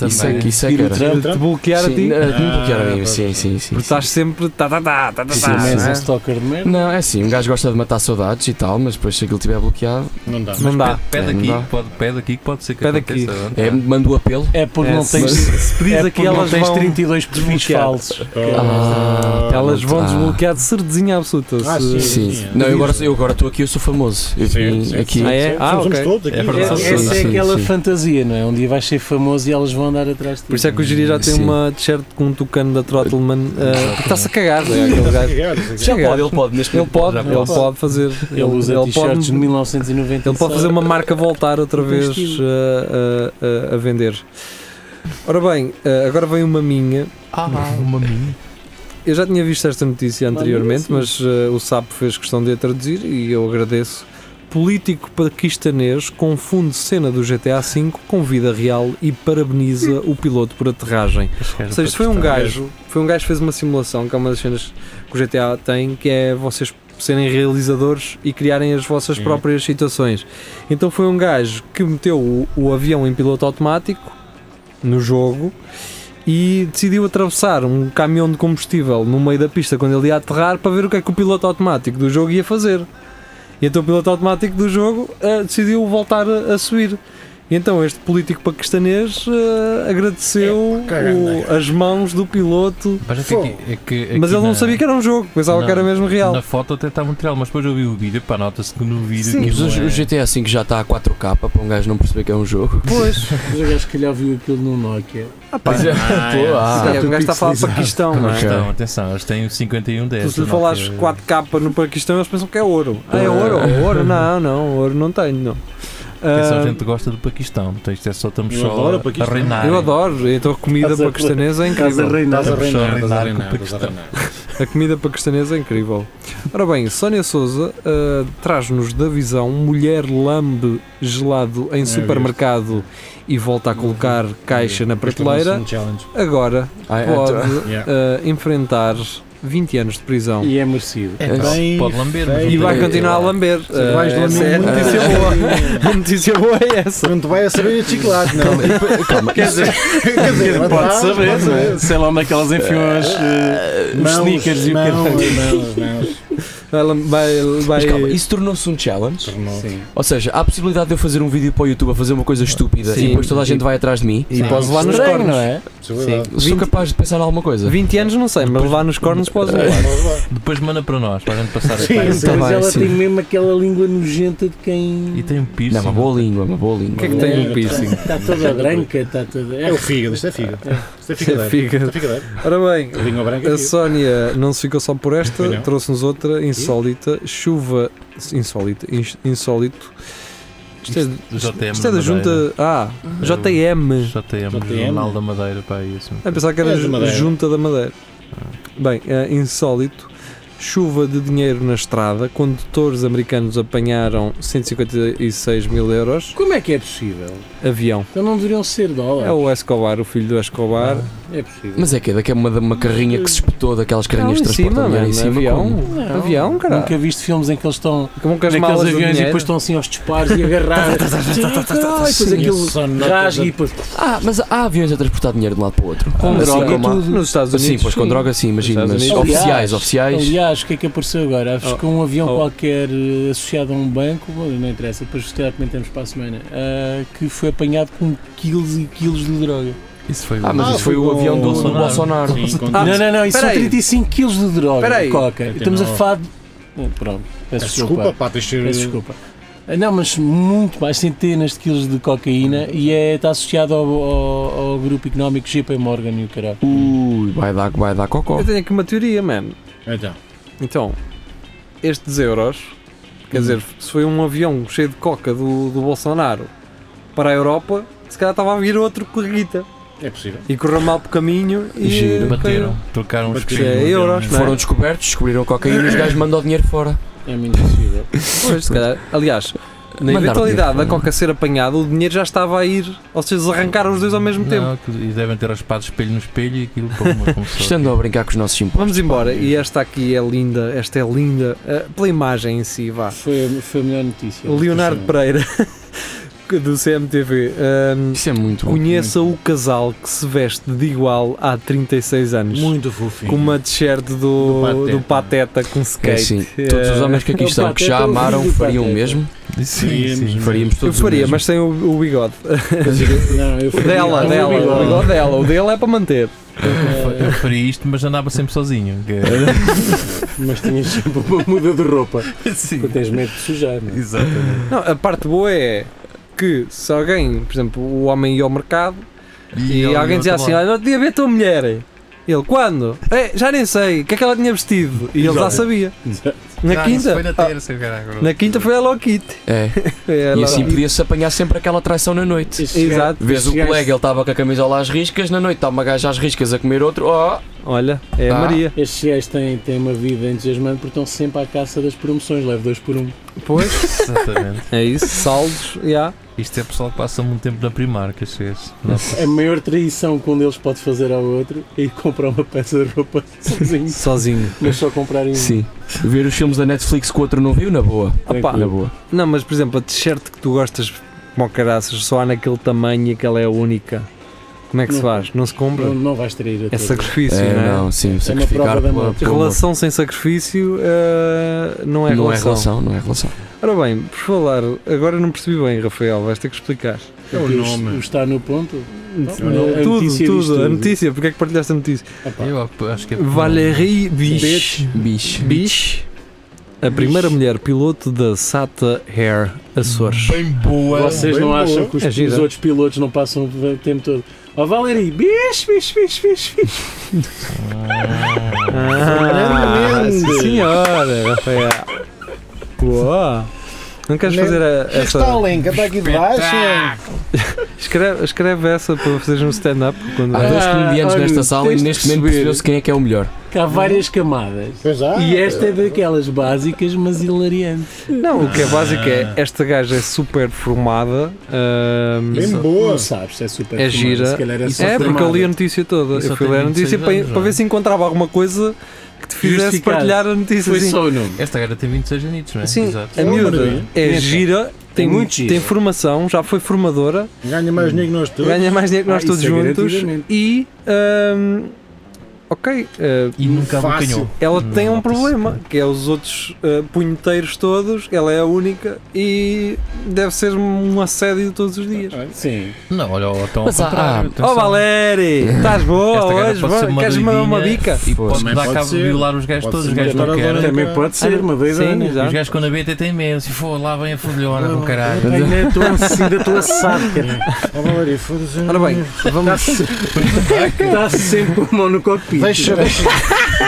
Isso é, que- isso é que era.
Trump,
De bloquear a
Sim,
ti.
não, de me
Ah,
bloquear a mim,
pois.
sim, sim, sim.
Porque estás sempre. Tá, tá, tá, tá, tá,
Sim,
tá,
sim, mas
não
é
é?
um stalker de merda.
Não, é assim, um gajo gosta de matar saudades e tal, mas depois se aquilo estiver bloqueado,
Não dá.
tá, Não dá.
Pede
É, não dá.
aqui, pode, pede aqui que pode ser que
Pede
aconteça.
é, mando o apelo.
É porque
É,
não
se-
tens,
se pedires
é
aqui,
porque não
elas
tens
vão,
32 perfis
bloquear.
falsos.
Ah,
elas vão
Ah.
desbloquear de cerdezinha absoluta.
Ah,
se-
Sim.
Sim.
Não, eu agora eu agora estou aqui, eu sou famoso. Eu
Sim,
vim
sim,
aqui.
sim.
Ah, é? Ah,
Somos
ok.
todos aqui.
É verdade.
Essa
Sim,
é
sim,
aquela
sim.
fantasia, não é? Um dia vais ser famoso e elas vão andar atrás de ti.
Por isso é que o Jiri já tem
Sim.
uma t-shirt com um tucano da Trottleman. eh, Está-se a cagar, é aquele gajo.
Já pode, ele pode, neste
Ele pode,
Já
ele
pode.
pode fazer.
Ele usa t-shirts de
pode,
1990.
ele pode fazer uma marca voltar outra
Tem
vez
estilo.
eh, eh, eh, a vender. Ora bem, eh, agora vem uma minha.
Ah, uma minha.
Eu já tinha visto esta notícia
Olha,
anteriormente,
sim.
mas eh, o Sapo fez questão de a traduzir e eu agradeço. Político paquistanês confunde cena do GTA V com vida real e parabeniza o piloto por aterragem. Ou seja, isto foi um gajo, foi um gajo que fez uma simulação, que é uma das cenas que o GTA tem, que é vocês serem realizadores e criarem as vossas
Sim.
próprias situações. Então foi um gajo que meteu o, o avião em piloto automático no jogo e decidiu atravessar um caminhão de combustível no meio da pista quando ele ia aterrar para ver o que é que o piloto automático do jogo ia fazer. E então o piloto automático do jogo eh, decidiu voltar a, a subir. E então este político paquistanês eh,
É,
agradeceu
Epá, caralho.
o- as mãos do piloto,
Mas, é que aqui- é que aqui
mas ele não
na-
sabia que era um jogo, pensava
Não,
que era mesmo real. Ah,
Na foto até estava um trial, mas depois eu vi o vídeo, pá, nota-se que no vídeo.
Sim,
aquilo
Mas o,
é-
o GTA V já está a 4K para um gajo não perceber que é um jogo.
Pois,
Mas o gajo que calhar viu aquilo no Nokia.
ah, pá,
Pois é. *laughs* Pô, ah.
é, um gajo está a falar paquistão, não
Mas
é?
estão, Então, atenção, eles têm o 5110.
Tu se lhe
não
falares
que-
4K no Paquistão, eles pensam que é ouro. Ah, é ouro? Ouro? Não, não, ouro não tenho, não.
Atenção,
Ah,
a gente que gosta do Paquistão. Então isto é só estamos
Eu
só
adoro o
a
Paquistão.
reinar.
eu adoro, então a comida
Estás a-
paquistanesa é
Casa
incrível.
Reinar.
Estás a
Estamos só a
reinar, estás
reinar
a reinar,
com o
estás a reinar.
A comida paquistanesa é incrível. Ora bem, Sónia Souza eh, traz-nos da visão mulher lambe gelado em supermercado e volta a colocar caixa na
Este é o nosso
prateleira.
challenge.
Agora
Ah, é,
pode
então-
*laughs* Yeah.
ah, enfrentar 20 anos de prisão.
E é merecido.
É
Então,
bem
pode lamber, mas
feio.
E vai
É,
continuar a lamber. Ah,
Vais
essa
lamber
é a
*laughs* muito.
notícia *laughs* boa. A notícia boa é essa.
Não te vai a saber de chiclete, não.
Quer dizer,
Quer dizer,
pode
lá,
saber,
pode
não é? sei lá onde é que elas enfiam as, eh, os
Mãos,
sneakers e o
mãos,
que
mãos, mãos.
Vai, lam- vai, vai-
Mas calma, isso tornou-se um challenge?
Sim.
Ou seja, há a possibilidade de eu fazer um vídeo para o YouTube a fazer uma coisa estúpida
Sim.
e depois toda a gente vai atrás de mim?
E podes levar nos
Estranho,
cornos.
não é?
Isso é verdade.
Sou capaz de pensar em alguma coisa?
20 anos não sei, mas levar nos cornos podes
*laughs*
levar.
Vamos lá.
Depois manda para nós, para a gente passar
Sim,
a
Tá
mas
tarde.
bem,
ela
sim.
tem mesmo aquela língua nojenta de quem.
E tem um piercing.
é
Não, é uma boa língua, uma boa língua.
O que é que tem no piercing?
Está toda branca, está toda.
É o fígado, isto é fígado. Isto é fígado.
É fígado.
Isto é fígado.
Ora bem,
A língua branca é
a
fígado.
Sónia não se ficou só por
Foi
esta,
não.
trouxe-nos outra insólita, chuva insólita, ins- insólito. Isto é,
Isto- JTM
isto é da
da Madeira.
junta. Ah,
É
JM.
JTM,
JTM.
Jornal da Madeira, pá, isso.
Ah, pensava que
É
era
da
ju-
Madeira.
junta da Madeira. Bem, é insólito. Chuva de dinheiro na estrada. Condutores americanos apanharam 156 mil euros.
Como é que é possível?
Avião.
Então não deveriam ser
É
dólares.
o Escobar, o filho do Escobar.
É possível.
Mas é que é daqui uma, uma carrinha que se espetou daquelas
Não,
carrinhas
em
de transporte
cima,
aliado
mano,
em cima.
avião.
como?
Não.
Avião, caralho.
Nunca viste filmes em que eles estão
Como que as
naqueles
malas do
aviões e
dinheiro.
depois estão assim aos disparos e agarrar. Sim, caralho, e depois
Só
aquilo
nota
rasga
da-
e depois.
Ah, mas há aviões a transportar dinheiro de um lado para o outro.
Com
Assim
droga
como há-
tudo. Nos Estados Unidos.
Sim, pois com droga sim, imagina,
Nos
mas
Estados
Unidos.
oficiais,
Aliás,
oficiais.
Aliás, o que é que apareceu agora? Acho
Oh.
que um avião
Oh.
qualquer eh, associado a um banco, bom, não interessa, depois se calhar comentamos para a semana, ah, que foi apanhado com quilos e quilos de droga.
Isso foi
Ah, mas
Ah,
isso foi
foi
o
com
avião do do
Bolsonaro.
Bolsonaro.
Sim, com-
Ah,
não, não, não, isso são
peraí.
35 quilos de droga.
Peraí.
de coca. Estamos a falar de. Bom, Pronto, peço
Desculpa,
desculpa.
pá, tens de ser-
Peço desculpa. Ah, Não, mas muito mais, centenas de quilos de cocaína e é, está associado ao, ao- ao grupo económico JP Morgan e o caralho.
Ui, vai dar, vai dar cocó.
Eu tenho aqui uma teoria, mano.
Então,
Então, estes euros, quer
Hum.
dizer, se foi um avião cheio de coca do, do Bolsonaro para a Europa, se calhar estava a vir outro com a guita.
é possível.
E correu mal pelo caminho e.
Giro.
Bateram, trocaram os
Bateram.
escudos.
É, euros, não é?
Foram descobertos, descobriram cocaína e os gajos mandam o dinheiro fora.
É muito possível.
Pois, se calhar. Aliás, na
Mandaram
eventualidade da
dinheiro fora.
coca ser apanhada, o dinheiro já estava a ir. Ou seja, eles arrancaram os dois ao mesmo tempo.
Não, aquilo- E devem ter raspado espelho no espelho e aquilo como começou.
Isto andam a brincar com os nossos impostos.
Vamos embora. E esta aqui é linda. Esta é linda. eh, pela imagem em si, vá.
Foi, a- foi a melhor notícia.
O Leonardo Pereira, *laughs* do CMTV. ahm,
Isso é muito bom.
Conheça o casal que se veste de igual há 36 anos.
Muito fofinho.
Com uma t-shirt do,
Do
do Pateta com
É
skate.
assim,
Eh,
todos os homens
*laughs*
que aqui
o
estão, que já
Pateta, o
amaram,
filho do
fariam o
Pateta.
mesmo.
Sim, sim.
Faríamos
Eu
todos o
faria,
mesmo.
mas sem o, o bigode.
Não, eu fui-
dela,
eu fui
dela.
igual.
O bigode dela. O dele é para manter.
Eh,
Eu faria isto, mas andava sempre sozinho. é- *laughs*
mas tinhas sempre uma muda de roupa.
Sim.
Tu tens medo de sujar, não é?
Exatamente.
Não, a parte boa é que se alguém, por exemplo, o homem ia ao mercado e,
ele
alguém dizia
outro
assim:
lado.
Olha, não tinha ver a tua mulher. Ele, quando? "Eh, já nem sei. O que é que ela tinha vestido? E ele já
Exato.
sabia.
Exato.
Na
Ah, isso
quinta?
Foi na
ah,
terça, caralho.
na quinta foi a Hello Kitty.
É.
É,
E
Hello
assim
Kitty.
podia-se apanhar sempre aquela traição na noite.
Exato.
Vês o
Estes gajos-
colega, ele estava com a camisola às riscas, na noite está uma gaja às riscas a comer outro, oh,
Olha, é a
Ah.
Maria.
Estes gajos têm, têm uma vida entusiasmante porque estão sempre à caça das promoções. Levo dois por um.
Pois.
Exatamente.
É isso, saldos, já.
Isto é pessoal que passa muito tempo na Primark, é às vezes.
A maior traição que um deles pode fazer ao outro é ir comprar uma peça de roupa *laughs* sozinho.
Sozinho.
Mas só comprarem
Sim. Ver os filmes da Netflix que o outro não viu, na boa.
Opa,
Na boa.
não, mas por exemplo, a t-shirt que tu gostas como caraças, só há naquele tamanho e aquela é a única. Como é que se
Não.
faz? Não se compra?
Não, não vais trair a
É
tua.
sacrifício,
É,
não é?
não, sim, sacrificar
prova da
pela-
morte.
pelo amor.
Relação sem sacrifício eh, não é
Não é
relação.
relação, não é relação.
Ora bem, por falar, agora não percebi bem, Rafael, vais ter que explicar.
É o
Porque
nome.
o Está no ponto.
não.
A
tudo,
notícia
tudo,
diz tudo.
a notícia, porque é que partilhaste a notícia?
Ah, pá.
Eu ap- acho que é
Valérie Biche,
Bicho.
Biche, a primeira mulher piloto da SATA Air Açores.
Bem boa!
Vocês
Bem
não
boa.
acham que os,
É gira.
os outros pilotos não passam o tempo todo? Ó Valerie, bicho, bicho, bicho, bicho, bicho.
Ah, sim, senhora, Rafael. Uau. Não queres
Nem-
fazer a-
Está
essa?
o link, está tá aqui debaixo.
Escreve, escreve essa para fazeres um stand-up quando
Há dois comediantes
olha,
nesta sala
tens
e
de
neste momento
perceber.
percebeu-se quem é que é o melhor.
Que Há várias camadas.
Pois há.
E esta é daquelas básicas, mas hilariante.
Não, o que é básico é esta gaja é super formada. ahm,
Bem
Isso
boa.
Não sabes, é super
É
fumado.
gira.
Se calhar é, só
é, porque eu
fumado.
li a notícia toda.
E só
Eu fui
tem
ler a notícia
26
para,
anos,
para
não é?
ver se encontrava alguma coisa que te fizesse
Justificado.
partilhar a notícia.
Foi
assim.
só o nome.
Esta galera tem 26 anitos, não é?
Sim,
Exato.
a miúda
maravilha.
é
Neta.
gira, tem,
Tem muito
tem
gira.
formação, já foi formadora,
Ganha mais dinheiro que nós todos.
ganha mais dinheiro que
Ah,
nós todos
isso é
juntos
garantidamente.
e. ahm, ok, ah,
E nunca
Fácil.
abocanhou.
ela
Não,
tem um
não percebo.
problema, que é os outros ah, punheteiros todos, ela é a única e deve ser um assédio todos os dias.
Sim.
Não, olha, ou então ao
Mas há-
contrário. atenção.
Oh Valéri, estás boa
*laughs* Esta gaja
hoje?
pode ser
Bora, Queres mandar uma
doidinha
bica?
E pode
Também
dar
pode
cabo de
ser.
violar os gajos
Pode
todos. Os
ser
gajos
uma
não
doidona.
querem.
Também
Ah,
pode ser, uma
Sim,
doidona.
Os
exato.
gajos com a BT têm medo. Se for lá, vem a fodilhona com caralho.
Ainda estou ainda estou assado, cara.
Ó, Valeria, foda-se.
Ora bem, vamos.
assim. Está sempre com a mão no cockpit.
Deixa, deixa,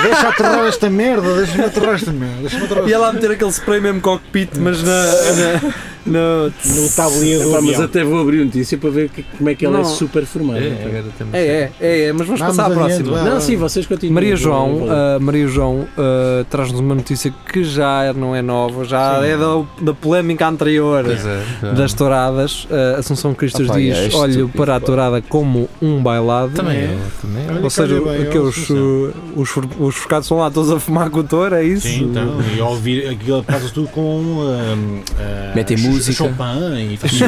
deixa aterrar esta merda, deixa-me aterrar esta merda. Deixa-me aterrar
E ela a meter aquele spray mesmo cockpit, mas na. na,
*laughs*
na-
no tabuleiro do
Epá, mas
avião.
até vou abrir notícia para ver que- como é que ela é
Não.
super formada. então.
É, a gaja tem
É, é, é, é, mas vamos
Vamos
passar à
adiante,
próxima.
vá.
Não, sim, vocês continuam.
Maria
Eu vou- eu
João,
vou-
ah, Maria João ah, traz-nos uma notícia que já não é nova, já é da, da polémica anterior
Pois é, já.
das touradas. Ah, Assunção Cristos
Opa,
diz:
é estúpido,
olho para a
pá."
tourada como um bailado.
Também é, também é.
Olha,
Ou seja,
calha bem,
aqueles,
ó, Assunção.
ah, os, for- os forcados são lá todos a fumar com o touro, é isso?
Sim, então, e ouvir aquilo passa tudo com um, ah,
Metem
Ch-
música.
Chopin e faz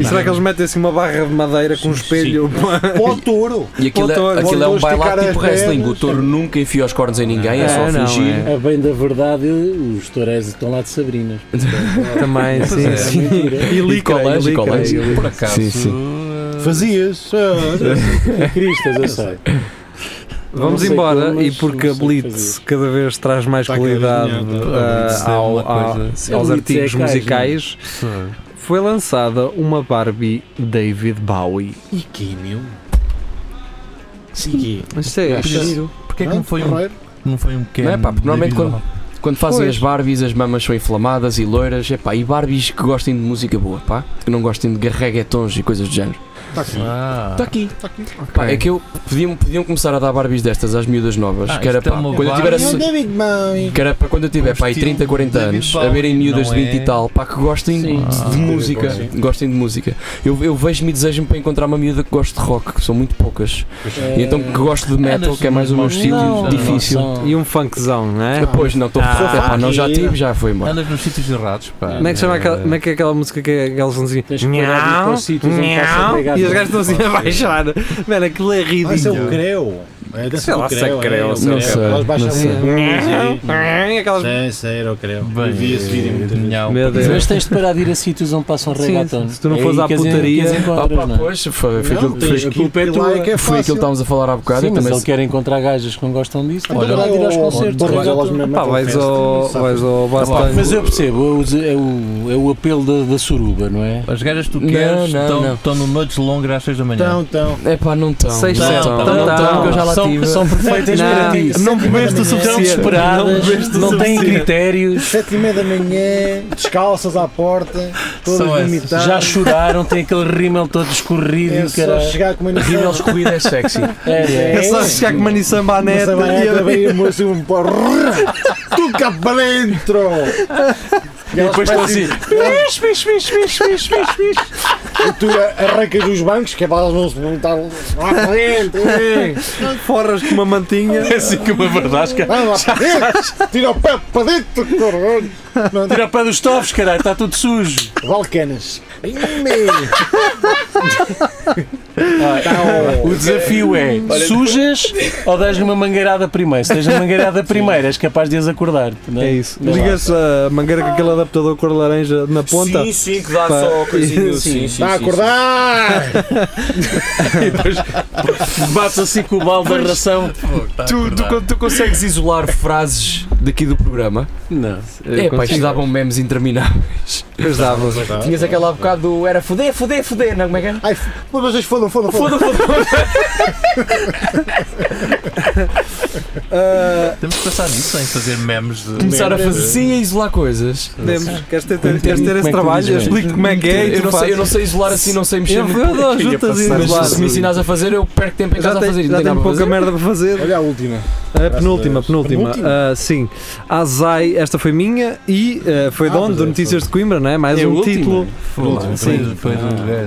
E será que eles metem assim uma barra de madeira com um espelho?
Pó touro!
E aquilo, é-
Pô, touro,
aquilo é
vão
um bailado
esticar
tipo
as
wrestling. O
pernas.
touro nunca enfia os cornos em ninguém, é só
É, não,
fingir.
A bem da verdade, os toureiros estão lá de Sabrinas.
*laughs* *laughs* Também, sim,
é,
sim.
mentira.
E licra,
E colégio,
e licra,
colégio.
e licra.
Por acaso.
Sim, sim.
eh,
Fazias!
Cristas, eu sei. Não
Vamos
sei
embora,
como, mas
e porque a
não sei
Blitz
fazer.
cada vez traz mais
Está cada vez
qualidade
melhor,
tá?
ah,
A Blitz é
ao-
uma
a-
coisa-
aos
A Blitz
artigos
é cais,
musicais, foi lançada uma Barbie David Bowie.
E que meu?
Mas isto é,
Acho-
Giro.
Porquê é que não foi um, não foi um Ken?
Não é, pá, porque normalmente
David
quando- Quando fazem
Pois.
as Barbies, as mamas são inflamadas e loiras, epá, e Barbies que gostem de música boa, pá, que não gostem de reggaetons e coisas do género.
Está Tá aqui.
Bowie? Ah,
Está aqui.
Está aqui.
Pá, é que eu podiam, podiam começar a dar Barbies destas às miúdas novas,
Ah,
que era
isto é
pá,
uma
quando eu tiver a,
Barbie-
se-
David Bowie.
que era para quando eu tiver
Um
pá, aí
estilo
30, 40
David
anos,
Bowie,
a verem miúdas
não
de 20
é?
e tal, pá, que gostem
Sim.
Ah,
de música,
David Bowie.
gostem de música. Eu, eu vejo-me e desejo-me para encontrar uma miúda que goste de rock, que são muito poucas, e então que goste de metal,
Anderson,
que é mais o meu
mas
estilo
não,
difícil.
e um funkzão, não é?
Ah, Pois não, estou
Ah,
epá, não já
aqui.
tive, já foi embora.
Andas nos sítios errados, pá.
Como é que, chama aquela, como é que é aquela música que é- que eles vão assim?
Tens que parar de ir para os sítios onde estás
miau,
obrigado.
E os gajos estão assim a
Pode ser.
baixar. Mano, aquilo é
Ah, isso é
ridículo.
o creu. É
Sei
dança
lá se
do
é
creu.
creu,
é,
sei lá.
Elas baixam um
Não sei.
muito.
Miau, e aquelas-
Sim, sim, era o creu.
Bem,
Eu vi esse vídeo
é
muitas vezes.
minhau.
Meu Deus.
Mas tens de parar de ir a sítios onde passam
Sim,
reggaeton.
se tu não
É
fores
aí
à
que as en-
putaria-
que as
Ah,
encontras,
pá,
não é?
pois, foi, foi
Não,
aquilo que foi
tens
a
que ir
culpa é
lá, é que
tua.
é
Foi aquilo que
fácil. Então
estávamos a falar há bocado.
Sim,
eu
mas
também
ele quer encontrar gajas que não gostam disso. Tem que
Olha,
parar de ir aos
ou-
concertos.
ou-
de
ou-
reggaeton.
elas mesmo
Pá,
na
vais
festa,
ao,
sabe?
vais ao Bus
Opa,
Tango.
Tá Mas eu percebo, é o, é o, é o apelo da, da suruba, não é?
As gajas que tu
Não,
queres
não,
estão
não.
estão no noites longas às 6 da manhã.
Então, então.
É pá, não estão. Não
Seis
Tá,
estão,
tão,
não
tão,
estão, porque eu já lá
Então, são,
tive.
são perfeitas
Não,
para ti.
não bebeste o
Estão
suficiente. Não
desesperadas,
bebeste o
não, têm
suficiente.
critérios,
Sete e meia da manhã, descalças à porta,
São
todas
essas.
limitadas.
É
já choraram, têm aquele rímel todo escorrido e
É
o
só
caralho.
chegar com uma
Rímel escorrido é sexy.
É,
É
é.
só chegar com uma Nissan
Mas
Baneta
a
e
banheta veio assim um pó. Tuca para dentro! E elas
depois estão assim.
parecem- E tu arrancas os bancos que é para elas não se montaram lá para dentro. hein?
Forras com uma mantinha.
Assim que uma verdasca.
Vai lá para dentro. Tira o pé para dentro. caralho. Não,
Tira o pé dos tofos, caralho, está tudo sujo.
Valcanas. Está
O desafio é: sujas ou dás-lhe uma mangueirada primeiro? Se dás uma mangueirada primeiro, és capaz de as acordar.
É isso. Ligas a mangueira com aquele adaptador cor laranja na ponta.
Sim, sim, que dá
Pá.
só coisinha. Sim, sim, sim.
a acordar.
Bates assim com o balde da ração.
Tá,
É
Tu, tu, tu consegues isolar frases daqui do programa?
Não.
É, pá, isto
consigo.
davam memes intermináveis.
Pois dá, mas-
Tinhas aquela há bocado do era foder, foder, foder, não, como é que é?
Ai, f- mas vocês foram, foram, foram.
Ah,
Temos que pensar nisso, em fazer memes de.
Começar a fazer sim a isolar coisas.
Temos. Queres ter, queres ter
Como é que
esse
tu
trabalho?
dizes,
Eu explico como é que é e
eu,
tu
não
fazes.
sei, eu não sei isolar assim, não sei mexer.
Eu
no-
vou dar juntas e
Mas
isolar.
se me ensinares a fazer, eu perco tempo em
Já
casa é a
tenho-
fazer isto.
já
não tem
tenho
nada para
pouca
fazer.
merda para fazer.
Olha a última.
A penúltima,
Deus.
penúltima.
Penúltima?
Ah, sim. Azai, esta foi minha e ah, foi de
Ah,
onde?
pois
Do
é,
Notícias de Coimbra, não é? Mais
É a
um
última?
título.
Foi,
Sim. Ah.
foi,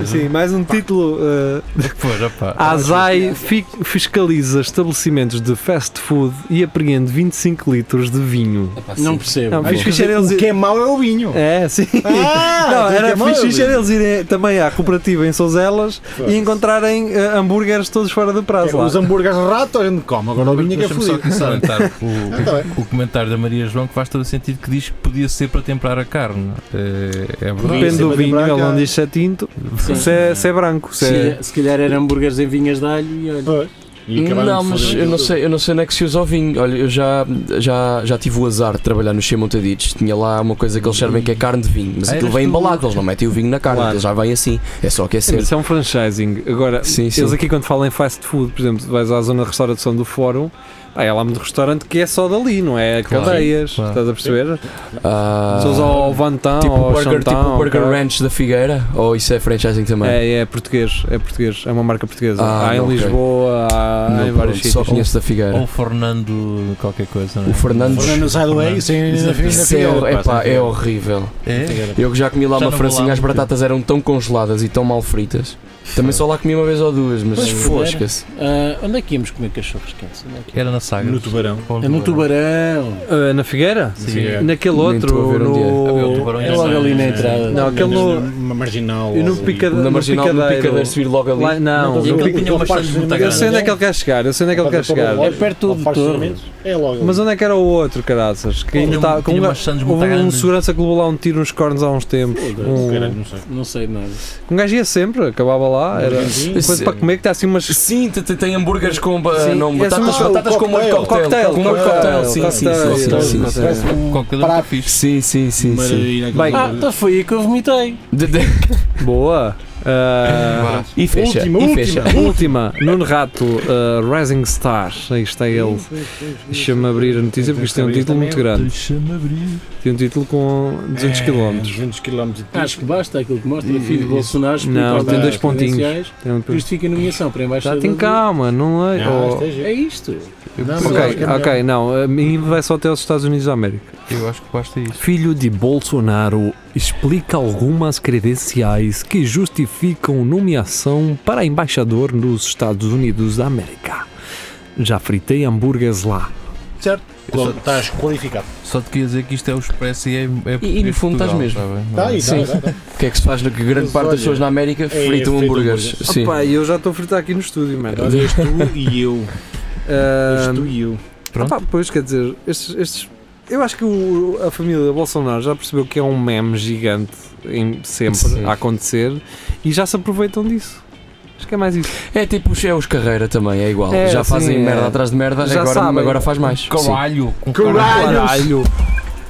Sim, mais um título. ah,
Pois, opá.
A ASAI fi- fiscaliza estabelecimentos de fast food e apreende 25 litros de vinho.
Não percebo.
Não,
Ai,
fiz fixe era eles
O que
irem.
é mau é o vinho.
É, sim.
Ah,
*laughs* Não,
o que
era
é mau é o
fixe
vinho.
era eles irem também à cooperativa em Souzelas
Claro.
e encontrarem eh, hambúrgueres todos fora do
É,
prazo lá.
Os hambúrgueres de rato a gente come, agora o vinho é que é
Deixa-me só
fodido.
comentar o,
Ah, tá bem.
o comentário da Maria João que faz todo o sentido que diz que podia ser para temperar a carne. É, é verdade.
Depende
Sim,
do
mas
vinho,
branco,
ele não
é.
diz se é tinto,
Sim.
se é, se é branco. Se é...
Se, se calhar era hambúrgueres em vinhas de alho e olha.
Pois. E acabaram
Não,
de
mas
foder
eu não,
aquilo
sei, eu não sei onde é que se usa o vinho. Olha, eu já, já, já tive o azar de trabalhar no Shea Montaditos. Tinha lá uma coisa que eles servem que é carne de vinho, mas
Ah,
aquilo
eras
vem
tu?
embalado, eles não metem o vinho na carne,
Claro.
eles já vem assim. É só aquecer.
Isso é um franchising. Agora,
Sim, sim.
eles aqui quando falam em fast food, por exemplo, vais à zona de restauração do fórum, ah, é lá muito restaurante que é só dali, não é?
Claro.
Cadeias,
Claro.
estás a perceber?
Ah,
Pessoas ao Vantão,
tipo
ao
o Burger, tipo
Xantão,
o Burger
ao-
Ranch da Figueira? Ou isso é franchising também?
É, é português, é português, é uma marca portuguesa.
Ah,
há em
ok.
Lisboa, há
Não,
em vários
pronto, só
sítios. um
conheço da Figueira.
Ou Fernando qualquer coisa, não é?
O Fernando-
Foram no Sideway,
Isso
sim, na fim na
Isso é,
fila,
epá,
pá,
é horrível.
É?
Eu que já comi lá
Já não
uma
vou
francinha,
lá
as
muito.
batatas eram tão congeladas e tão mal fritas. Também só lá comi uma vez ou duas, mas
Pois,
fosca-se.
Ah, onde é que íamos comer cachorros quentes? Onde é que
Era na saga.
No tubarão.
é? É no tubarão.
Ah, na Figueira?
Sim. é.
Naquele
Nem estou a
outro,
ver onde é.
Havia o
no.
tubarão
É
e a
logo
saga.
ali na entrada.
Não, aquele no-
Uma marginal.
Eu no
ali.
picade-
Na
no
marginal do
picadeiro.
picadeiro subir logo ali.
Lá-
Não,
não,
não,
no
não,
Pic-
tinha
Aquele
uma
parque
parte
de
muito
eu
grande.
sei onde é que ele quer chegar, eu sei onde é que ele
Para
quer
o
chegar.
Loja,
É perto do
ao Parque dos
Torre.
Alimentos, É logo. ali.
Mas onde é que era o outro, caraças? Que ainda
Tinha
está
um-
com
tinha
um
umas
gajo-
sandes muito
Houve um
grandes.
segurança que levou lá um tiro nos cornos há uns tempos.
Caralho,
Um,
não sei.
Não sei nada.
um gajo ia sempre, acabava lá. Era
Sim.
coisa para comer que está assim umas.
Sim, te- te- tem hambúrgueres com ba-
Sim,
não,
é
batatas,
só-
batatas com molho de
cocktail.
cocktail. Com molho de cocktail, sim, sim,
cocktail,
sim, sim, sim.
cocktail.
Parece Então, um
Qualquer outra
prato
fixe.
Sim, sim, sim, sim.
maravilha.
Bem,
aquele-
Ah, então foi aí que eu vomitei.
De- de-
Boa! Ah,
E fecha,
Última,
e
última.
fecha.
Última, Nuno Rato, ah, Rising Star. Aí está ele. Deixa-me abrir a notícia porque isto tem um título muito grande.
Deixa-me abrir.
Tem um título com 200
É,
km.
200 km.
Acho que basta aquilo que mostra. Filho de Bolsonaro,
Não,
explica
tem
aos
dois pontinhos.
presidenciais
Tem um-
que Justifica a nomeação para
Já
embaixador.
tem
do-
calma, não é?
Ah,
Oh,
isto é giro.
É isto.
Não, mas acho que
Ok,
é melhor.
ok, não. A mim vai só até aos Estados Unidos da América.
Eu acho que basta isso.
Filho de Bolsonaro explica algumas credenciais que justificam nomeação para embaixador nos Estados Unidos da América. Já fritei hambúrgueres lá.
Certo? Quando Estás qualificado.
Só te queria dizer que isto é o Expresso e é. é
E- e no fundo estás
Portugal,
mesmo.
tá bem?
Está aí,
Sim.
está aí.
O que é que se faz na que grande
Mas
parte das
olha,
pessoas na América fritam
frito
hambúrgueres?
hambúrgueres.
Sim.
Opa, eu já estou a fritar aqui no estúdio, mano. ehm,
Olha, és
*laughs*
tu e eu. És tu e eu.
Pronto.
Opa, pois, quer dizer, estes, estes- eu acho que o- a família Bolsonaro já percebeu que é um meme gigante em- sempre
Sim.
a acontecer e já se aproveitam disso. Acho que é mais isso.
É tipo os, é os Carreira também, é igual.
É,
Já
sim,
fazem
é.
merda atrás de merda,
Já
agora,
sabem.
agora faz mais. Sim.
Caralho!
Um
Com
Caralho!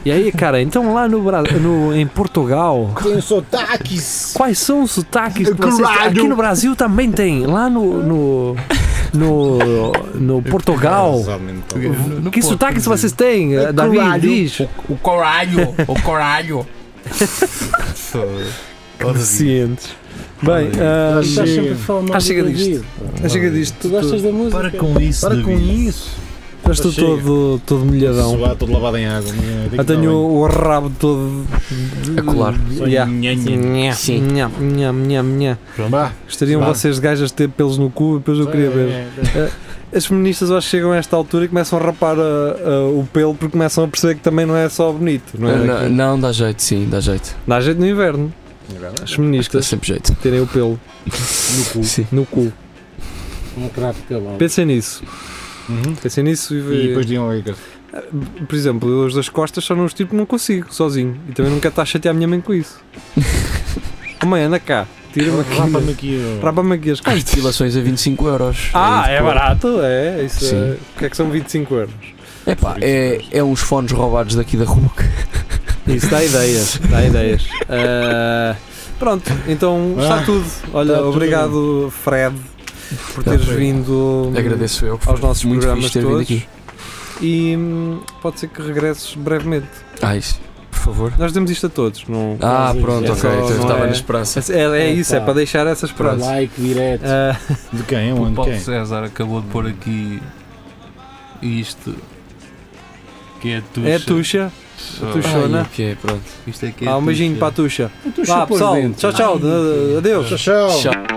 E aí, cara, então lá no, Bra- no- em Portugal,
Tem sotaques.
quais são os sotaques que vocês têm?
Caralho!
Aqui no Brasil também tem. Lá no. no, no, no Portugal.
No- no
Que
Porto,
sotaques
quer dizer.
vocês têm, Davi?
Caralho!
Diz.
O, o coralho! O coralho! Foda-se.
Deficientes. Bem, ah,
Estás sempre a falar mal
Ah, chega
do
disto.
David.
chega disto.
Tu gostas da música?
Para com isso,
Para com
David.
isso.
Mas estou
Chega.
todo, todo molhadão.
Suado, todo lavado em água. né?
Eu Ah, tenho um. o rabo todo.
A É colar.
Só
Yeah.
nhanha.
Nha,
Sim.
nha, nha, nha, nha.
Bah,
Gostariam
Vá.
vocês de gajas de ter pelos no cu, depois eu queria ver. As feministas eu acho que chegam a esta altura e começam a rapar a- a- o pelo porque começam a perceber que também não é só bonito, não é?
Não, não, dá jeito, sim, dá jeito.
Dá jeito no inverno,
é
as
Dá
feministas
sempre jeito.
terem o pelo
No cu.
Sim.
no cu.
Um cravo de cabal.
Pensem nisso,
Uhum.
pensem nisso e,
E
vê-
depois de um aí, cara.
Por exemplo, eu as das costas só não os tiro porque não consigo, sozinho. E também não quero estar a chatear a minha mãe com *laughs* isso. oh, mãe, anda cá, tira-me aqui.
Rapa-me aqui. ó.
Rapa-me aqui as
As
costas.
depilações a 25 euros.
Ah, é
tipo,
barato, é. Isso é.
Sim.
O que é que são 25 euros?
epá, é, é uns fones roubados daqui da rua.
Isso dá ideias, dá ideias. *laughs* Ah, pronto, então está
Ah,
tudo. Olha,
está tudo.
obrigado, Fred, por
Está
teres
bem.
vindo hum,
Agradeço eu.
aos nossos
Muito
programas
fixe ter vindo
todos.
aqui.
E hum, pode ser que regresses brevemente.
Ah, isso. Por favor.
Nós demos isto a todos, não.
Ah,
Mas,
pronto,
é
ok.
só-
então eu
não
estava
é-
na esperança.
É, é isso, é
Epá.
para deixar essas
Pronto.
prontas.
Like direto.
Ah,
De quem?
O
Onde?
Paulo
Quem?
César acabou de pôr aqui isto. Que é tuxa.
é a Tuxa.
Ah,
tuxona.
Ai, ok, pronto.
Isto é que é
Ah, um beijinho para
tuxa.
a Tuxa.
Tu
Vá,
chupas
pessoal.
dentro.
Tchau, tchau. Adeus.
Tchau, tchau.
Tchau.